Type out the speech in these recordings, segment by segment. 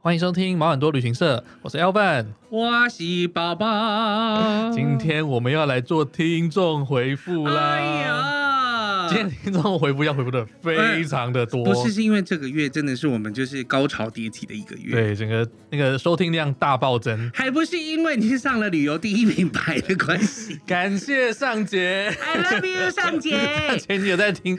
欢迎收听毛很多旅行社，我是 Elvin。我是宝宝。 今天我们要来做听众回复哎啦。呀，今天听众回复要回复的非常的多，不是是因为这个月真的是我们就是高潮迭起的一个月，，对整个那个收听量大暴增，。还不是因为你是上了旅游第一名牌的关系 感谢尚杰。 I love you，尚杰。前几有在听，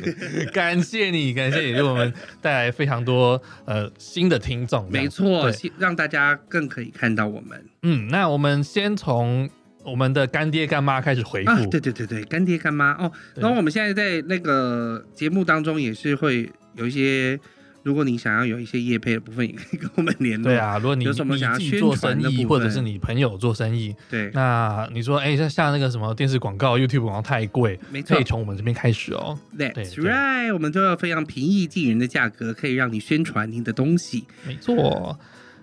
感谢你，感谢你为我们带来非常多呃新的听众。这样没错，对希让大家更可以看到我们嗯，那我们先从我们的干爹干妈开始回复。啊！对对对对，干爹干妈哦。对然后我们现在在那个节目当中也是会有一些，如果你想要有一些业配的部分，也可以跟我们联络。对，啊，如果你有什么你想要自己宣做传生的意，部或者分是你朋友做生意，对，那你说，哎、像像那个什么电视广告、YouTube 广告太贵，没错可以。从我们这边开始哦。对 That's 对 right，我们都要非常平易近人的价格，可以让你宣传您的东西。没错，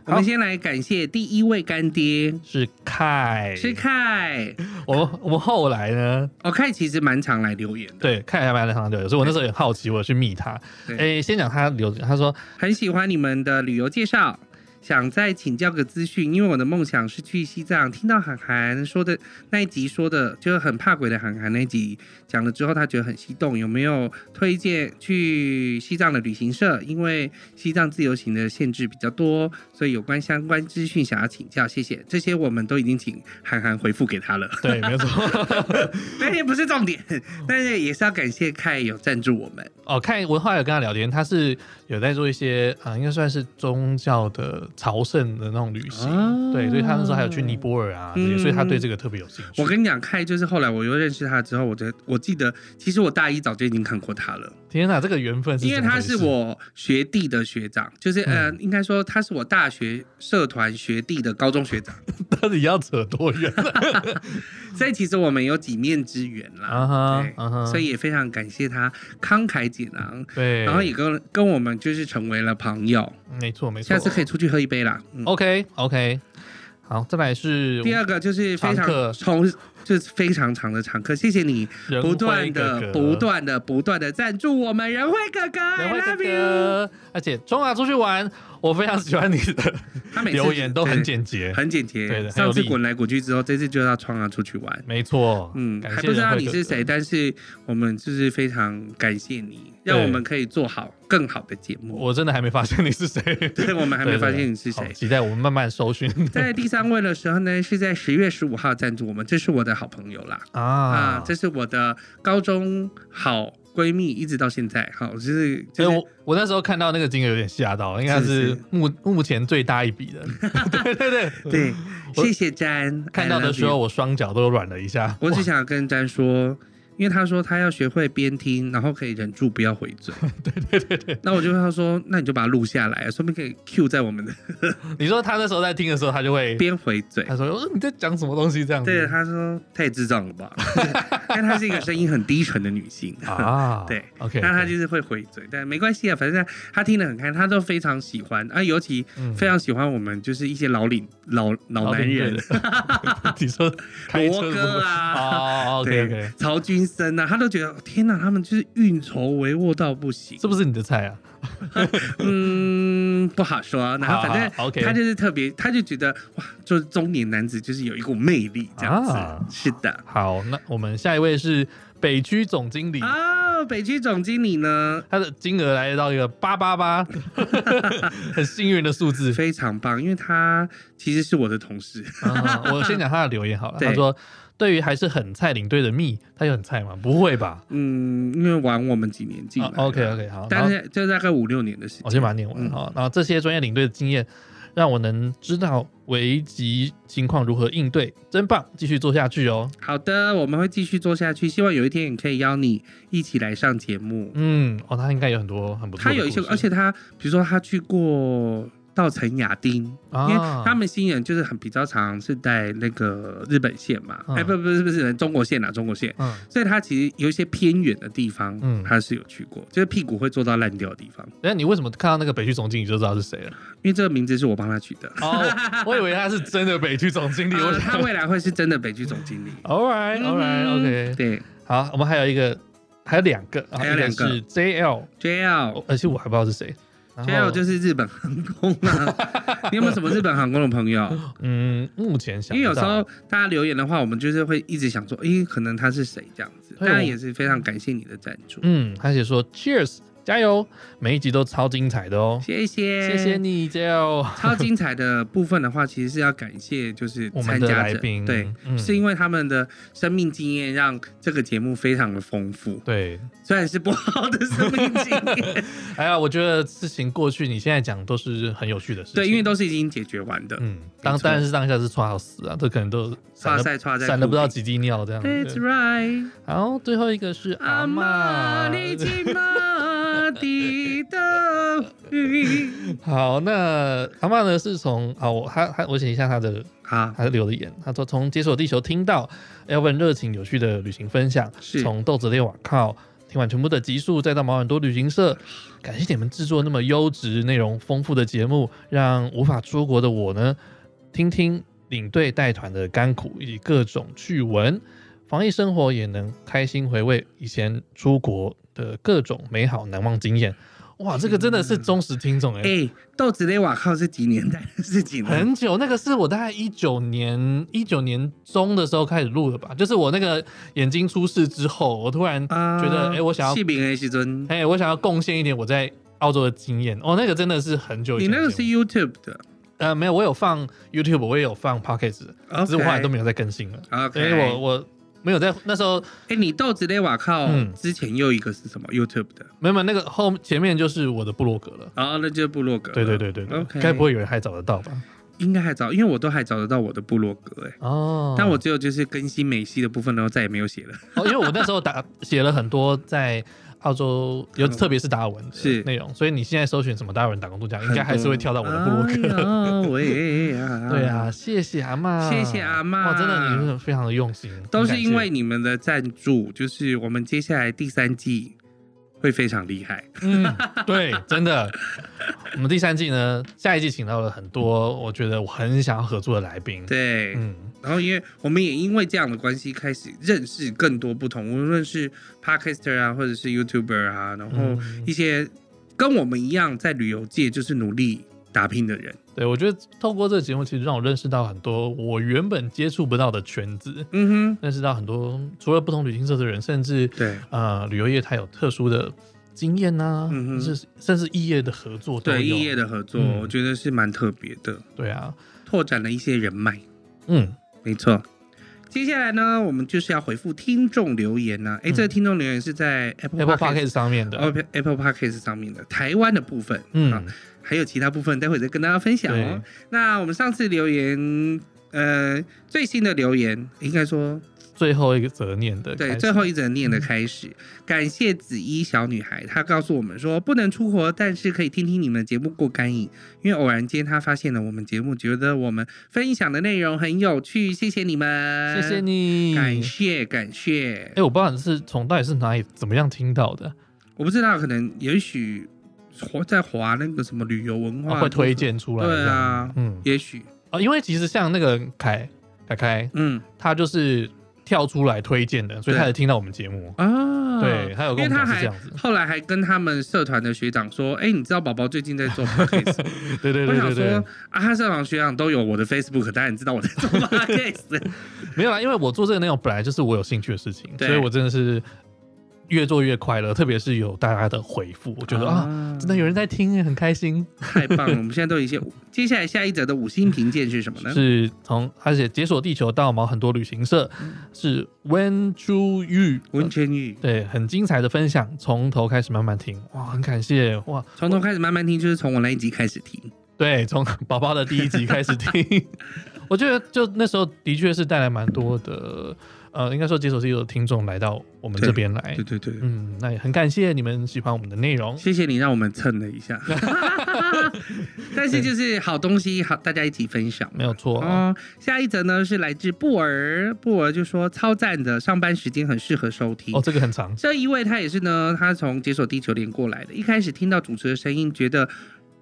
我们先来感谢第一位干爹是凯。是凯，我们我们后来呢，哦，凯其实蛮常来留言的，对，凯还蛮常留言，所以我那时候也好奇，我有去密他。哎、对先讲他留，他说很喜欢你们的旅游介绍。想再请教个资讯，因为我的梦想是去西藏。听到韩寒说的那一集说的，就是很怕鬼的韩寒那一集讲了之后，他觉得很激动。有没有推荐去西藏的旅行社？因为西藏自由行的限制比较多，所以有关相关资讯想要请教，谢谢。这些我们都已经请韩寒回复给 他了， 对，没错。但也不是重点，但是也是要感谢凯有赞助我们。哦，看我后来有跟他聊天，他是有在做一些啊、呃应该算是宗教的朝圣的那种旅行，哦对，所以他那时候还有去尼泊尔啊这些，嗯所以他对这个特别有兴趣。我跟你讲，开就是后来我又认识他之后，我的我记得，其实我大一早就已经看过他了，天哪，这个缘分是因为怎么嗯他回是事我学弟的学长，就是、呃，应该说他是我大学社团学弟的高中 学长， 到底要扯多 远？所以其实我们有几面之缘啊啦，哈对，啊哈，所以也非常感谢他慷慨解囊，对，然后也跟跟我们就是成为了朋友，没错没错，下次可以出去喝一杯啦。嗯 OK OK，好，再来是第二个就是非常客常从就是非常长的常客，谢谢你仁不惠断的、哥哥不断的、不断的赞助我们仁惠哥哥仁惠，I 哥 love you。哥，而且中华出去玩，我非常喜欢你的他 每次留言都很对简洁，很简洁。对的很有上次力滚来滚去之后，这次就要创啊出去玩。没错，嗯，感还谢不知仁道惠你哥是哥谁，但是我们就是非常感谢你，让对我们可以做好更好的节目。我真的还没发现你是谁，对 对，我们还没发现你是好谁。期待我们慢慢搜寻在第三位的时候呢，是在十月十五号赞助我们，这是我的好朋友啦， 啊啊，这是我的高中好闺蜜，一直到现在，好，就是所就以是哎我我那时候看到那个金额有点吓到，应该是是目目前最大一笔 的。对对对，对，我谢谢詹。看到的时候，我双脚都软了一下。我只想要跟詹说，因为他说他要学会边听，然后可以忍住不要回 嘴。对对对对。那我就跟他说，那你就把它录下来，说不定可以 Q 在我们的你说他那时候在听的时候，他就会边回 嘴他。说哦你在讲什么东西这样子？对，他说太智障了 吧？ 但她是一个声音很低沉的女性。啊， 对，OK，那她就是会回嘴，但没关系啊，反正她听得很开，她都非常喜欢啊，尤其嗯非常喜欢我们就是一些老领老老男人，， 你说开车罗什哥么？啊，哦，OK 对 OK，曹军生啊，他都觉得天哪，他们就是运筹帷幄到不行。是不是你的菜啊？嗯，不好说。然后反正好好，OK 他就是特别，他就觉得哇，就是中年男子就是有一股魅力这样子。啊是的。好，那我们下一位是北区总经理，哦，北区总经理呢他的金额来到一个八八 八，很幸运的数字。非常棒，因为他其实是我的同事。啊我先讲他的留言好了，对他说。对于还是很菜领队的蜜，他有很菜吗？不会吧、嗯，因为晚我们几年进来、 ？OK。OK 好，然但后是这大概五六年的时我间，先把它念完嗯哈、然后这些专业领队的经验，让我能知道危急情况如何应对，真棒！继续做下去哦。好的，我们会继续做下去。希望有一天也可以邀你一起来上节目。嗯，哦，他应该有很多很不错的他故事。有一些，而且他比如说他去过稻城亚丁，啊因为他们新人就是很比较常是带那个日本线嘛，嗯哎、不不是不是中国线啦，中国线，嗯，所以他其实有一些偏远的地方，嗯他是有去过，就是屁股会坐到烂掉的地方，那哎你为什么看到那个北区总经理就知道是谁 了？因为这个名字是我帮 他取的。哦，我以为他是真的北区总经理。我 呃他未来会是真的北剧总 经理。 All right, all right, 嗯 OK。对好，我们还有一个，还有两个，还有两个一是 JL， ，JL 哦而且我还不知道是谁。然还有后就是日本航空啊， 你有没有什么日本航空的朋友？嗯，目前 因想为有不时到候大家留言的话，我们就是会一直想说，诶，可能他是谁这样子。对当然我也是非常感谢你的赞助，嗯，他写说 Cheers，加油，每一集都超精彩的哦，谢谢，谢谢。你 j e 超精彩的部分的话，其实是要感谢就是我参们的加来者，宾，对，嗯，是因为他们的生命经验让这个节目非常的丰富， 对，虽然是不好的生命经 验，哎呀，我觉得事情过去，你现在讲都是很有趣的事情，对，因为都是已经解决完的。嗯，当没错当然是当下是抓好死啊，这可能都差闪了赛差赛，闪了不到几滴尿这样。 That's 对 right，好，最后一个是阿阿妈妈。你今马的的雨。 好，那阿妈呢是从好，我他他我写一下他的 好，他留的言，他说从解锁地球听到 Elvin 热情有趣的旅行分享，是从豆子列瓦靠。听完全部的集数，再到毛很多旅行社，感谢你们制作那么优质、内容丰富的节目，让无法出国的我呢，听听领队带团的甘苦以及各种趣闻，防疫生活也能开心回味以前出国的各种美好难忘经验。哇，这个真的是忠实听众哎、哎，豆子类瓦靠是几年代 的事情了？很久，那个是我大概一九年一九年中的时候开始录的吧，就是我那个眼睛出事之后，我突然啊觉得，哎、我想要，细饼的时尊，哎、我想要贡献一点我在澳洲的经验。哦，那个真的是很久以你前的那节目。个是 YouTube 的呃没有，我有放 YouTube，我也有放 Pockets， ，OK，只是我后来都没有再更新了，所以 OK，我我没有在那时候哎，你豆子类瓦靠嗯之前又一个是什么 YouTube 的？没有没有那个后前面就是我的部落格了。哦，那就是部落格了。对对对对对 OK 该不会有人还找得到吧？应该还找，因为我都还找得到我的部落格哎、哦，但我只有就是更新美西的部分，然后再也没有写了。 哦，因为我那时候打写了很多在澳洲，有特别是达尔文嗯的是内容，所以你现在搜寻什么达尔文打工度假，应该还是会跳到我啊的部落格。格。哎呦喂啊对啊，，谢谢阿妈，谢谢阿嬷哇，真的你们非常的用心，都很是感谢因为你们的赞助，就是我们接下来第三季会非常厉害。嗯，对，真的。我们第三季呢，下一季请到了很多我觉得我很想要合作的来宾，对，嗯，然后因为我们也因为这样的关系，开始认识更多不同，无论是 podcaster 啊，或者是 YouTuber 啊，然后嗯一些跟我们一样在旅游界就是努力打拼的人。对我觉得透过这个节目，其实让我认识到很多我原本接触不到的圈子，嗯认识到很多除了不同旅行社的人，甚至哼，对。呃旅游业它有特殊的经验呐、嗯哼是、甚至异业的合作都有。对异业的合作，嗯我觉得是蛮特别的，对啊，拓展了一些人脉。嗯，没错。接下来呢，我们就是要回复听众留言呢、诶，嗯这个听众留言是在 Apple Apple Podcast Podcast 上面的， Apple- Apple Podcast 上面的台湾的部分，啊嗯，还有其他部分，待会再跟大家分享哦对。那我们上次留言，呃，最新的留言应该说最后一个则念的开始，嗯对，最后一则念的开始，感谢紫衣小女孩，她告诉我们说不能出国，但是可以听听你们的节目过干瘾，因为偶然间她发现了我们节目，觉得我们分享的内容很有趣，谢谢你们，谢谢，你，感谢感谢哎、。我不知道你是从到底是哪里怎么样听到的，我不知道，可能也许滑在滑那个什么旅游文化、啊、会推，荐出来。对啊这样嗯，也许，啊，因为其实像那个凯凯凯，嗯他就是跳出来推荐的，所以对他也听到我们节目。啊，对，。他有因跟为我们讲他是这还样子。后来还跟他们社团的学长说：“哎、你知道宝宝最近在 做 podcast 吗对对我对想对对说，啊，他社长学长都有我的 Facebook，当然知道我在 做 podcast。没有啦，因为我做这个内容本来就是我有兴趣的事情，对所以我真的是越做越快乐，特别是有大家的回复，我觉得啊，真的有人在听耶，很开心。太棒了！我们现在都有一些， 接下来下一则的五星评鉴是什么呢？是从而且解锁地球到毛很多旅行社，嗯是 When Zhu Yu 温千玉，对，很精彩的分享，从头开始慢慢听，哇，很感谢哇，从头开始慢慢听，就是从我那一集开始听。对，从宝宝的第一集开始 听，我觉得就那时候的确是带来蛮多的，呃，应该说解锁地球的听众来到我们对这边来对，对对，嗯，那也很感谢你们喜欢我们的内容。谢谢你让我们蹭了 一下， 但是就是好东西，好大家一起分享。没有错，哦，下一则呢是来自布尔，布尔就说超赞的，上班时间很适合收听。哦，这个很长，这一位他也是呢，他从解锁地球连过来的，一开始听到主持的声音，觉得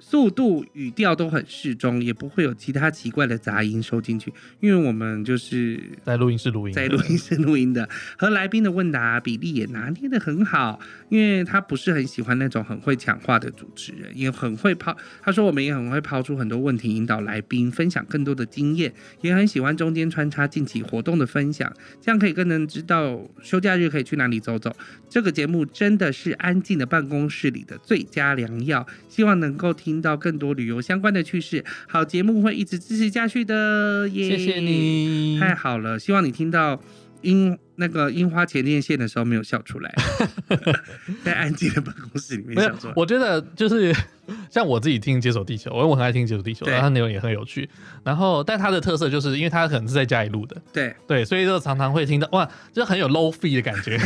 速度、语调都很适中，也不会有其他奇怪的杂音收进去，因为我们就是在录音室录音，在录音室录音的，和来宾的问答比例也拿捏的很好，因为他不是很喜欢那种很会讲话的主持人，也很会抛。他说我们也很会抛出很多问题，引导来宾分享更多的经验，也很喜欢中间穿插近期活动的分享，这样可以更能知道休假日可以去哪里走走。这个节目真的是安静的办公室里的最佳良药，希望能够听到更多旅游相关的趣事。好节目会一直支持下去的，谢耶！谢你，太好了，希望你听到樱那个樱花前列腺的时候没有笑 出来，在安静的办公室里面没有笑出，来。我觉得就是 像我自己听《解锁地球》，因为我很爱听《解锁地球》，对然后它内容也很有趣。然后，但它的特色就是因为它可能是在家里录的，对，对，所以就常常会听到哇，就很有 low fee 的感 觉，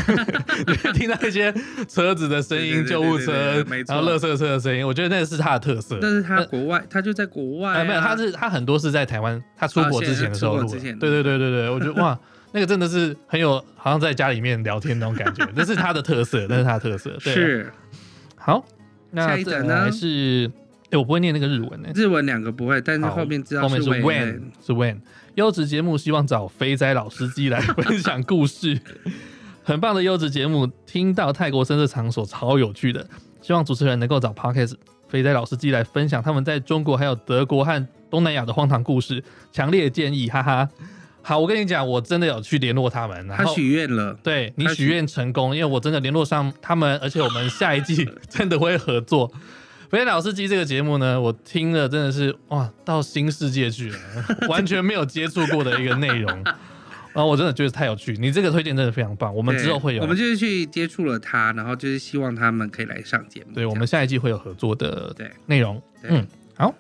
你会听到一些车子的声音、对对对对救护对对车对没，错然后垃圾车的声音。我觉得那是它的特色。但是他国外，他就在国外、啊，哎，没有，他是他很多是在台湾，他出国之前的时候啊录的。是出国之前对的对对对对，我觉得 哇，那个真的是很有，好像在家里面聊天那种感 觉，那是他的特色，那是他的特色。对啊是好，下那一再则呢来是，哎，我不会念那个日文呢。日文两个不会，但是好后面知道后面是是 when 是 when 优质节目，希望找肥仔老司机来 分享故事，很棒的优质节目，听到泰国深色场所超有趣的，希望主持人能够找 Parkes 肥仔老司机来分享他们在中国还有德国和东南亚的荒唐故事，强烈建议，哈哈。好，我跟你讲，我真的有去联络他们，然他后许愿了，对你他许许愿成功，因为我真的联络上他们，而且我们下一 季真的会合作。肥老司机这个节目呢，我听了真的是哇，到新世界去 了，完全没有接触过的一个内容。然后我真的觉得太有趣，你这个推荐真的非常棒，我我们之后会有，我们就是去接触了他，然后就是希望他们可以来上节目。对我们下一季会有合作的对内容。对嗯，好，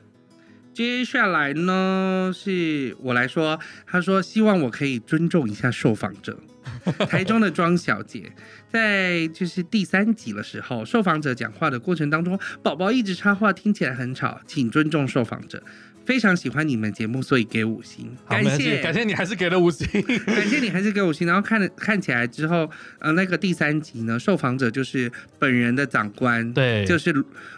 接下来呢，是我来说，他说希望我可以尊重一下受访 者。台中的庄小姐，在就是第三集的时候，受访者讲话的过程当中，宝宝一直插话，听起来很吵，请尊重受访者。非常喜欢你们节目，所以给五星，好，没感关系谢感谢你还是给了五 星。感谢你还是给我星。然后看了看起来之后，呃，那个第三集呢，受访者就是本人的长官，，对，就是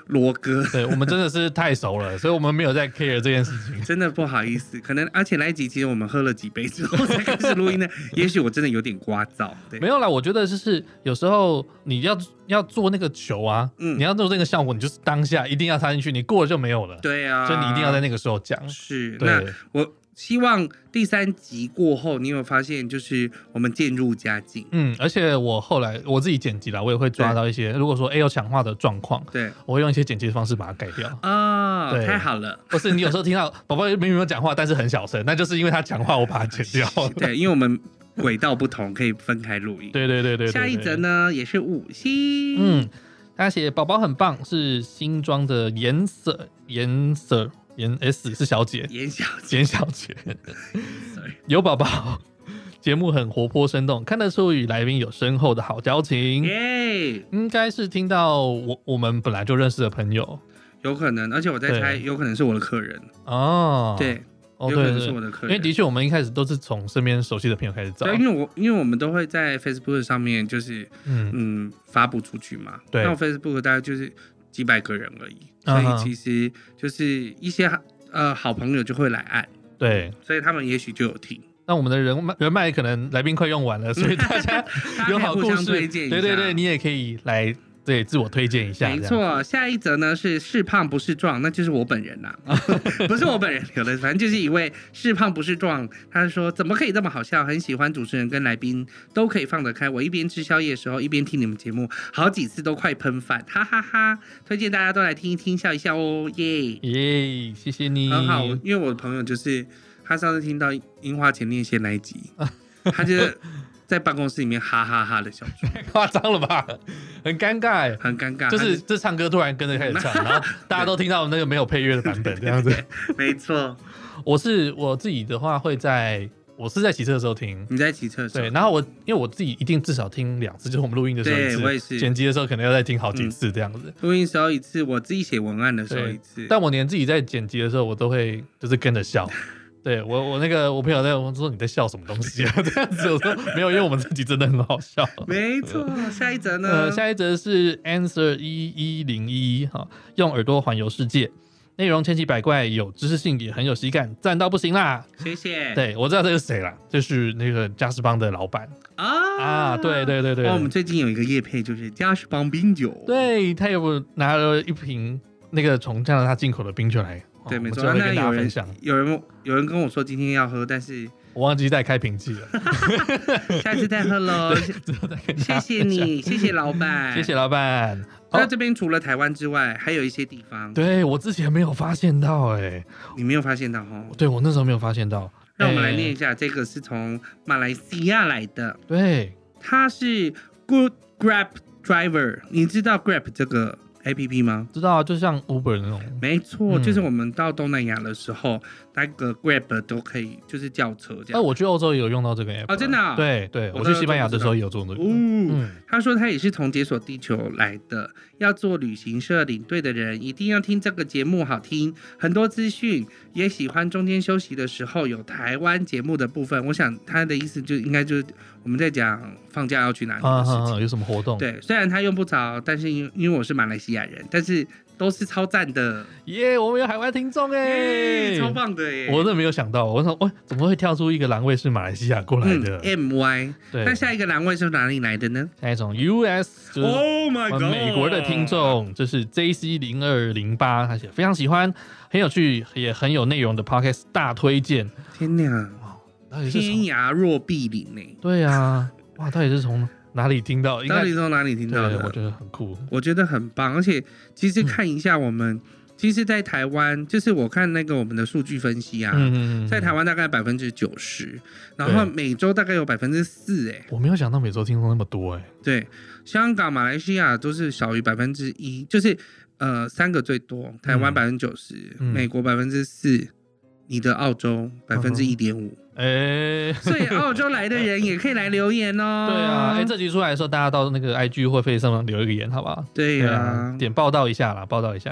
罗哥。对我们真的是太熟了，所以我们没有在 care 这件事情。真的不好意思，可能而且那一集其实我们喝了几杯之后才开始录 音的，也许我真的有点聒噪。对，没有啦，我觉得就是有时候你要要做那个球啊，嗯你要做那个效果，你就是当下一定要插进去，你过了就没有了。、对啊，所以你一定要在那个时候讲。是那对，我希望第三集过后，你有发现就是我们渐入佳境。嗯，而且我后来我自己剪辑啦，我也会抓到一些，如果说哎有强化的状况， 对。我会用一些剪辑的方式把它改掉 哦，对太好了。或是你有时候听到宝宝明明有讲话，但是很小声，那就是因为他讲话，我把它剪掉。对，因为我们轨道不同，可以分开录 音。对对对对对。下一对则呢也是五星，嗯，他写宝宝很棒，是新装的颜色颜色颜 S 是小姐，严小姐简小姐。 ，sorry，有宝宝，节目很活泼生动，看得出与来宾有深厚的好交情。耶，应该是听到我我们本来就认识的朋友有可能，而且我在对猜，有可能是我的客人，哦，，对，哦有可对能对是我对，的客因人，为的确我们一开始都是从身边熟悉的朋友开始找，对，因为我因为我们都会在 Facebook 上面就是嗯，嗯发布出去嘛，对那我 Facebook 大概就是几百个人而已，所嗯以哼其实就是一些呃好朋友就会来按，对。所以他们也许就有听，那我们的人脉人脉可能来宾快用完了，所以大家大家有可以好 互故相事，推荐一下对对对，你也可以来对自我推荐一下，没这样，错，下一则呢是是胖不是壮，那就是我本 人啦、不是我本人 留的，反正就是一位是胖不是壮。他说怎么可以这么好笑？很喜欢主持人跟来宾都可以放得开。我一边吃宵夜的时候一边听你们节目，好几次都快喷饭，哈哈哈推荐大家都来听一听，笑一笑哦，耶！耶，谢谢你，很好，因为我的朋友就是他上次听到樱花前列腺那 一集，他就在办公室里面哈哈哈的笑出太来，夸张了吧，很尴尬哎，很尴尬，就他是这唱歌突然跟着开始 唱，然后大家都听到那个没有配乐的版本这样子。没错，我是我自己的话会在我是在骑车的时候听，你在骑车的时候对，然后我因为我自己一定至少听两次，就是我们录音的时候对一我也次，是嗯剪辑的时候可能要再听好几次这样子。录音时候一次，我自己写文案的时候对一次。但我连自己在剪辑的时候，我都会就是跟着 笑。对我，我那个我朋友在我说你在笑什么东西啊？ 这样子我说没有，因为我们自己真的很好笑。没错，下呃一则呢？呃，下一则是 Answer 一一零一哈，用耳朵环游世界。内容千奇百怪，有知识性，也很有喜感，赞到不行啦！谢谢。对我知道这是谁啦，就是那个嘉士邦的老板啊啊，对对对对，哦，我们最近有一个夜配，就是嘉士邦冰酒。对他有拿了一瓶那个从加拿大进口的冰酒来，哦对，没错。我们之后会那跟大有家分人享。有人有人跟我说今天要喝，但 是我忘记带开瓶器了， 下次再喝喽。之后再跟大谢家谢分享，你，谢谢老板，谢谢。老板。那哦这边除了台湾之外，还有一些地方对我之前没有发现到、哎，你没有发现到哈。对我那时候没有发现到。让我们来哎念一下，这个是从马来西亚来的，对，他是 Good Grab Driver。你知道 Grab 这个 A P P 吗？知道啊，就像 Uber 那种，没错，嗯就是我们到东南亚的时候，那个 Grab 都可以，就是叫车这哎，样。我去欧洲也有用到这个 app 哦真的啊对对，我我到去西班牙的时候欧洲不知道也有做这个。哦，嗯，他说他也是从解锁地球来的，要做旅行社领队的人一定要听这个节目，好听很多资讯，也喜欢中间休息的时候有台湾节目的部分。我想他的意思就应该就是我们在讲放假要去哪里啊的事情。啊，啊有什么活动？，对，虽然他用不着，但是因因为我是马来西亚人，但是都是超赞的，耶，我们有海外听众哎耶，超棒的耶！我真的没有想到，我想，喂，怎么会跳出一个栏位是马来西亚过来嗯的？ M Y，对，那下一个栏位是哪里来的呢下一种 US 就是？Oh my 我 god！们美国的听众，这是 JC 零二零八，他写非常喜欢，很有趣，也很有内容的 podcast 大推荐。天哪，到底是天从？涯若比邻呢？对啊，哇，到底是从哪里听到？应到该底从哪里听到对，我的？啊觉得很酷。我觉得很棒，而且其实嗯看一下我们，其实，在台湾，就是我看那个我们的数据分析啊，嗯嗯嗯，在台湾，湾大概百分之九十，然后对每周大概有百分之四，哎，我没有想到每周听众那么多哎、对，香港、马来西亚都是小于百分之一，就是呃三个最多，台湾嗯百分之九十，嗯美国百分之四，你的澳洲百分之一点五，欸，哎、所以澳洲来的人也可以来留言哦。 对啊，哎、这集出来的时候，大家到那个 IG 或 Face 上面留一个言，好不好？对啊，点报道一下啦，报道一下。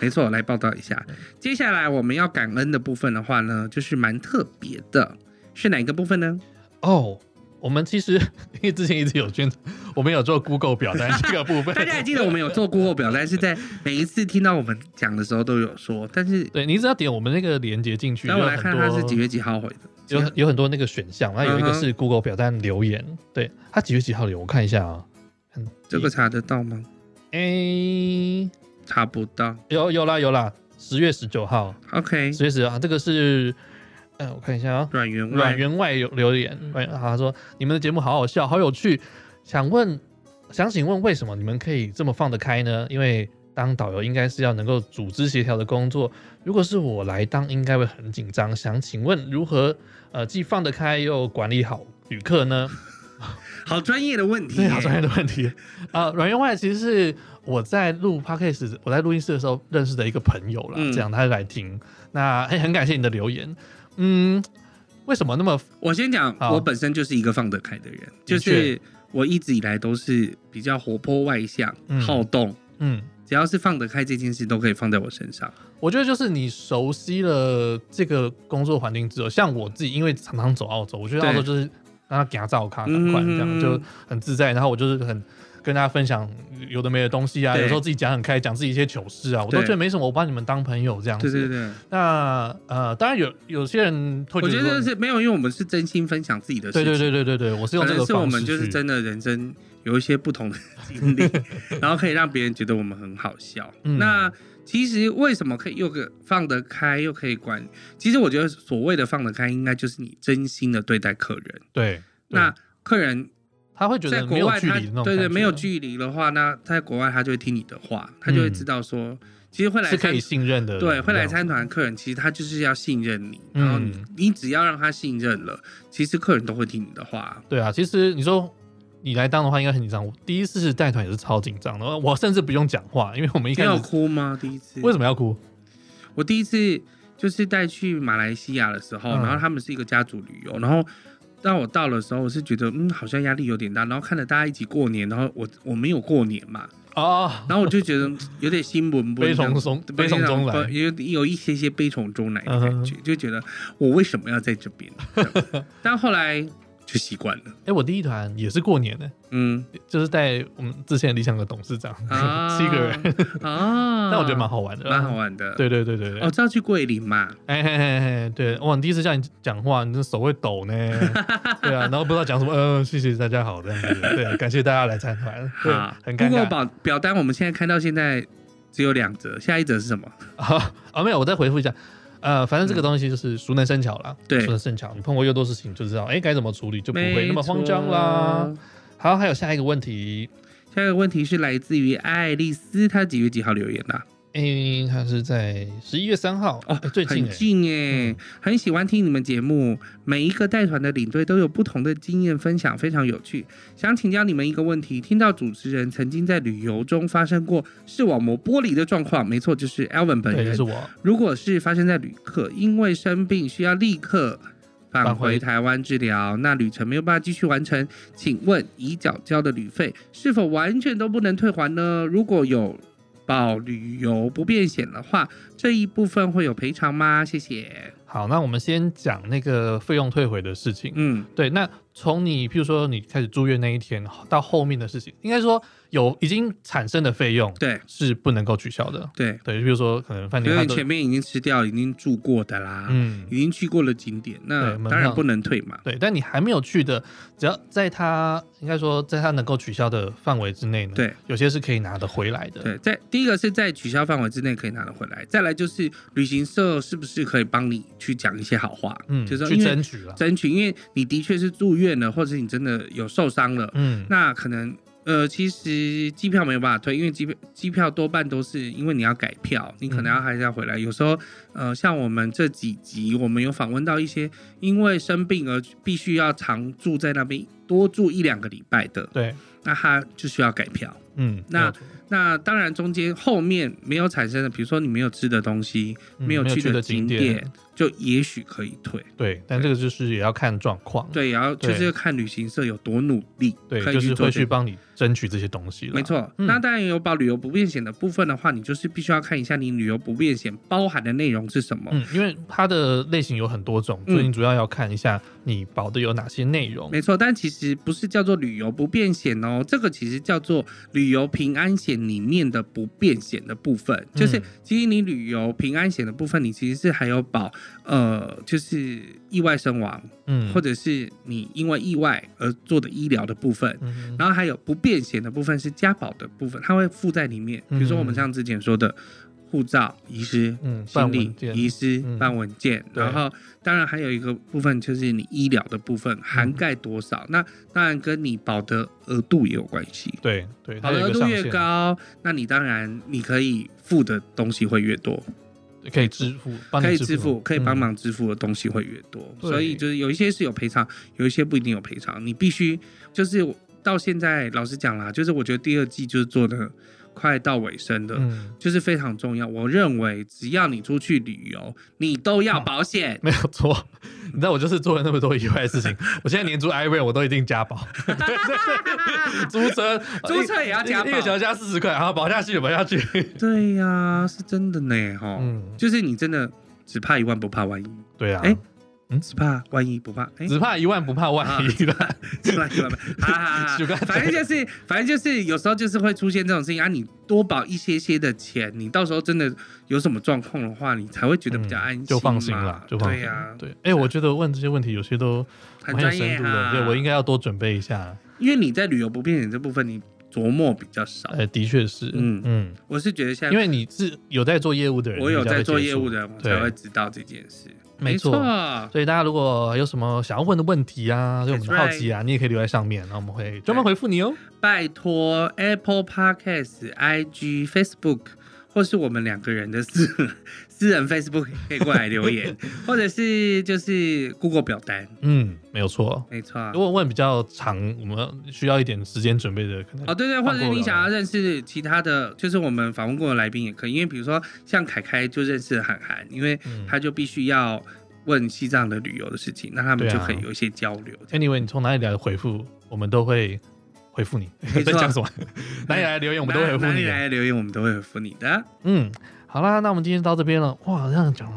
没错，来报道一下。嗯接下来我们要感恩的部分的话呢，就是蛮特别的，是哪个部 分呢？ 哦，我们其实 因为之前一直有宣传，我们有做 Google 表单这个 部分。大家还记得我们有做过表，但是在每一次听到我们讲的时候都有说，但是对你只要点我们那个连接进去，让我有来很看它多是几月几号回的。有很有很多那个选项，那有一个嗯哼是 Google 表单留言，对，它几月几号留？我看一下啊，看这个查得到吗？哎、查不到。有有啦有啦，十月十九号， OK，十月十九号，这个是，嗯、我看一下啊，阮员外阮员外有留言，阮啊他说你们的节目好好笑，好有趣，想问，想请问为什么你们可以这么放得开呢？因为当导游应该是要能够组织协调的工作，如果是我来当，应该会很紧张。想请问如何呃既放得开又管理好旅客呢？好专业的问题 对耶， 啊，专业的问题。啊，阮员外其实是我在录 podcast，我在录音室的时候认识的一个朋友啦，嗯这样他来听。那哎、很感谢你的留言。嗯，为什么那么我先讲，好我本身就是一个放得开的人，就的确是我一直以来都是比较活泼外向、嗯好动，嗯？只要是放得开这件事都可以放在我身上。我觉得就是你熟悉了这个工作环境之后，像我自己，因为常常走澳洲，我觉得对澳洲就是让他给他照咖，赶快嗯这样就很自在。然后我就是很跟大家分享有的没的东西啊，对有时候自己讲很开，讲自己一些糗事啊，我都觉对得没什么，我把你们当朋友这样子。对对对，那呃，当然有有些人会我觉觉得得说，是没有，因为我们是真心分享自己的事对情。对对对对对，我是用这可个能是我方们式就是去，真的人生有一些不同的 经历，然后可以让别人觉得我们很好笑。嗯那其实为什么可以又可放得开，又可以管？其实我觉得所谓的放得开，应该就是你真心的对待客人。对，那对客人他会觉在得没国有外距他离的那种，啊对对没有，距离的话，那他在国外他就会听你的话，他就会嗯知道说，其实会来是可以参信任的，对会来，参团的客人，其实他就是要信任你，嗯然后你你只要让他信任了，其实客人都会听你的话。对啊，其实你说。你来当的话应该很紧张，我第一次是带团也是超紧张的，我甚至不用讲话，因为我们一你开有始哭吗？第一次？为什么要哭？我第一次就是带去马来西亚的时候，嗯然后他们是一个家族旅游，然后当我到的时候，我是觉得嗯好像压力有点大，然后看着大家一起过年，然后我我没有过年嘛，哦，然后我就觉得有点心不悲从中悲从中来嗯有有一些 些悲从中来的感觉，就觉得我为什么要在这边？这样但后来。就习惯了。哎，我第一团也是过年的， 嗯，就是带我们之前理想的董事长、啊 七个人，哦， 但我觉得蛮好玩的，蛮好。玩的。对对对对对，哦，知道去桂林嘛？哎嘿嘿嘿，对，哇，你第一次叫你讲话，你这手会抖 呢，对啊，然后不知道讲什么，嗯，谢谢大家好，这样子，对，感谢大家来参团，对好，很尴 Google 尬。表表单我们现在看到现在只有两折，下一折是什么？好， 啊，没有，我再回复一下。呃，反正这个东西就是熟能生巧啦，对熟能生巧，你碰过越多事情就知道，哎，该怎么处理，就不会那么慌张啦没。错。好，还有下一个问题，下一个问题是来自于爱丽丝，她几月几号留言啊啦、哎，它是在十一月三号，哦哎最近很哎，近耶，很喜欢听你们节目。每一个带团的领队都有不同的经验分享，非常有趣。想请教你们一个问题：听到主持人曾经在旅游中发生过视网膜剥离的状况，没错，就是 Alvin 本对，就人是。我，如果是发生在旅客因为生病需要立刻返返回回台湾治疗，那旅程没有办法继续完成，请问已缴交的旅费是否完全都不能退还呢？如果有保旅游不便险的话，这一部分会有赔偿吗？谢谢。好，那我们先讲那个费用退回的事情。嗯，对，那从你譬如说你开始住院那一天到后面的事情，应该说有已经产生的费用对是不能够取消的。对，对，比如说可能饭因店它为都前面已经吃掉，已经住过的啦，嗯已经去过了景点，那对门当然票不能退嘛。对，但你还没有去的，只要在它应该说在它能够取消的范围之内呢，对，有些是可以拿得回来的。对，在第一个是在取消范围之内可以拿得回来，再来就是旅行社是不是可以帮你去讲一些好话，嗯，就是说去因为争取了。争取，因为你的确是住院了，或者是你真的有受伤了，嗯，那可能呃，其实机票没有办法退，因为机票机票多半都是因为你要改票，你可能要还是要回来。有时候呃，像我们这几集，我们有访问到一些因为生病而必须要常住在那边多住一两个礼拜的，对，那他就需要改票。嗯，那没有错那当然，中间后面没有产生的，比如说你没有吃的东西，嗯没有去的的景点，点，就也许可以退。对，但这个就是也要看状况。对，然后就对是看旅行社有多努力，对，可以就去是做会去这个。帮你争取这些东西了。没，错，嗯那当然有保旅游不便险的部分的话，你就是必须要看一下你旅游不便险包含的内容是什么。嗯，因为它的类型有很多种，所以嗯你主要要看一下你保的有哪些内容。没错，但其实不是叫做旅游不便险哦，这个其实叫做旅游平安险里面的不便险的部分，就是嗯其实你旅游平安险的部分，你其实是还有保呃，就是意外身亡，嗯，或者是你因为意外而做的医疗的部分。嗯然后还有不便险的部分是家保的部分，它会附在里面。比如说我们嗯像之前说的护照遗失、嗯，办行文李件遗失嗯、办文件，对然后当然还有一个部分就是你医疗的部分涵盖多少，嗯那当然跟你保的额度也有关系。对对，保它的有一个额度上越限，高，那你当然你可以付的东西会越多，可以支付，帮你可以支付，吗可以帮。嗯忙支付的东西会越多，对所以就是有一些是有赔偿，有一些不一定有赔偿，你必须就是到现在老实讲啦，就是我觉得第二季就是做的快到尾声的，嗯，就是非常重要。我认为只要你出去旅游，你都要保 险。没有错，你知道我就是做了那么多意外的事情， 我现在连租 i w a y 我都一定加 保，对对对，租车租车也要加一个一保个小时加四十块，然后保下去保下去，对呀、是真的呢，哈、嗯，就是你真的只怕一万不怕万一，对啊，哎只怕万一不怕，哎、只怕一万不怕万一啦，是吧？ 是吧？啊，就刚才反正就是，反正就是，有时候就是会出现这种事情啊。你多保一些些的钱，你到时候真的有什么状况的话，你才会觉得比较嗯安心嘛、 就放心了，就放对心呀、对，哎，我觉得问这些问题有些都很蛮有专业深度啊。的，对我应该要多准备一下，因为你在旅游不便险这部分，你琢磨比较少。呃，的确是，嗯嗯，我是觉得现在，因为你是有在做业务的人，我有在做业务的。的人，我对才会知道这件事。没错错，所以大家如果有什么想要问的问题啊，对我们的好奇啊，你也可以留在上面，然后我们会专门回复你哦。拜托 Apple Podcast、IG、Facebook，或是我们两个人的私私人 Facebook 也可以过来留 言，或者是就是 Google 表单，嗯，没有错。没错啊如。果问比较长，我们需要一点时间准备的，可能哦，对对，放过或者是了你想要认识其他的，就是我们访问过的来宾也可以，因为比如说像凯凯就认识了韩寒，因为嗯他就必须要问西藏的旅游的事情，那他们对啊就可以有一些交流。 anyway，你从哪里来回复，我们都会回 复你。没在错讲什么？ 哪里来的留言，我们都会回哪复哪你里的。来的留言，我们都会回复你的。嗯，好啦，那我们今天到这边了。哇，这样讲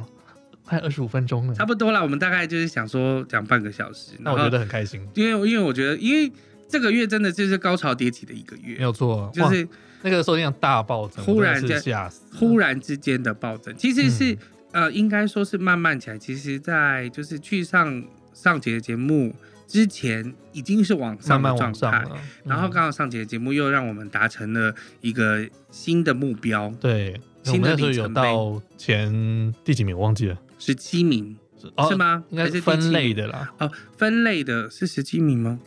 快二十五分钟了，差不多啦。我们大概就是想说讲半个小时，那我然觉后得很开心，因为因为我觉得，因为这个月真的就是高潮迭起的一个没月，有错，就哇，是那个收听量大暴增，忽然真的是间吓死，忽然之间的暴增，其实嗯是、呃，应该说是慢慢起来。其实，在就是去上上节的节目之前，已经是往慢上的慢状往上态。了，然后嗯刚好上节的节目又让我们达成了一个新的目标，对，我新们的那时候里有程碑到前第几名我忘记了，十七名、是哦是吗？应该还是是第七分类的啦。哦，分类的是十七名吗？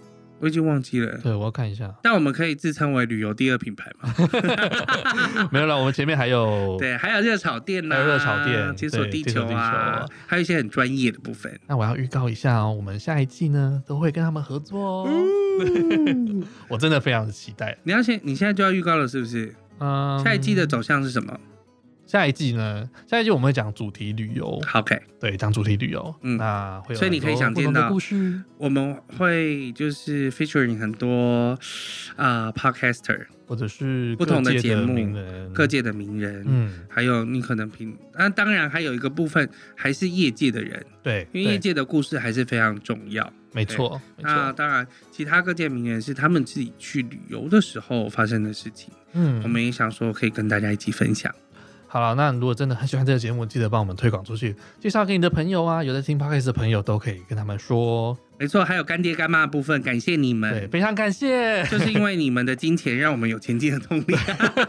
我已经忘记了。对，我要看一下。但我们可以自称为旅游第二品牌 嘛？没有啦，我们前面还有，啊 对，还有热炒店呐、还有热炒店解锁对地解锁球地啊球，还有一些很专业的部分。那我要预告一下哦，我们下一季呢都会跟他们合作哦。嗯我真的非常的期待。你要先，你现在就要预告了，是不是？嗯，下一季的走向是什么下一季呢？下一季我们会讲主题旅游， ？OK，对，讲主题旅游。啊嗯那会有所以你可以想很多不同见的到故事。我们会就是 featuring 很多啊、呃 podcaster 或者是不同的各界节目名人各界的名人，嗯，还有你可能平，那当然还有一个部分还是业界的人，对，嗯因为对业界的故事还是非常重要。没错，没那错，当然，其他各界名人是他们自己去旅游的时候发生的事情，嗯，我们也想说可以跟大家一起分享。好了，那如果真的很喜欢这个节目，记得帮我们推广出去，介绍给你的朋友啊，有在听 podcast 的朋友都可以跟他们说。哦没错，还有干爹干妈的部分，感谢你对，们，非常感谢就是因为你们的金钱让我们有前进的动力，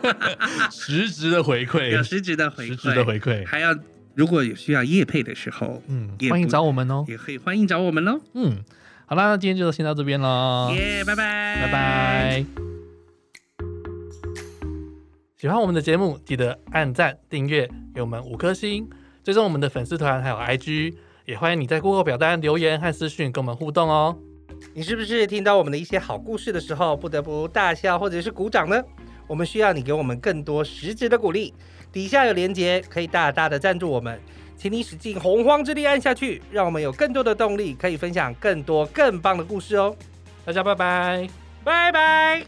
实质的回有馈，实质的回实质的馈。回馈。还有，如果有需要业配的时候，嗯，也不欢迎找我们哦。也可以欢迎找我们喽。嗯，好啦，那今天就先到这边喽，耶，拜拜，拜。拜。喜欢我们的节目，记得按赞、订阅，给我们五颗星，追踪我们的粉丝团还有 IG，也欢迎你在 Google 表单留言和私讯跟我们互动哦。你是不是听到我们的一些好故事的时候，不得不大笑或者是鼓掌呢？我们需要你给我们更多实质的鼓励。底下有连结，可以大大的赞助我们，请你使尽洪荒之力按下去，让我们有更多的动力，可以分享更多更棒的故事哦。大家拜拜。拜拜。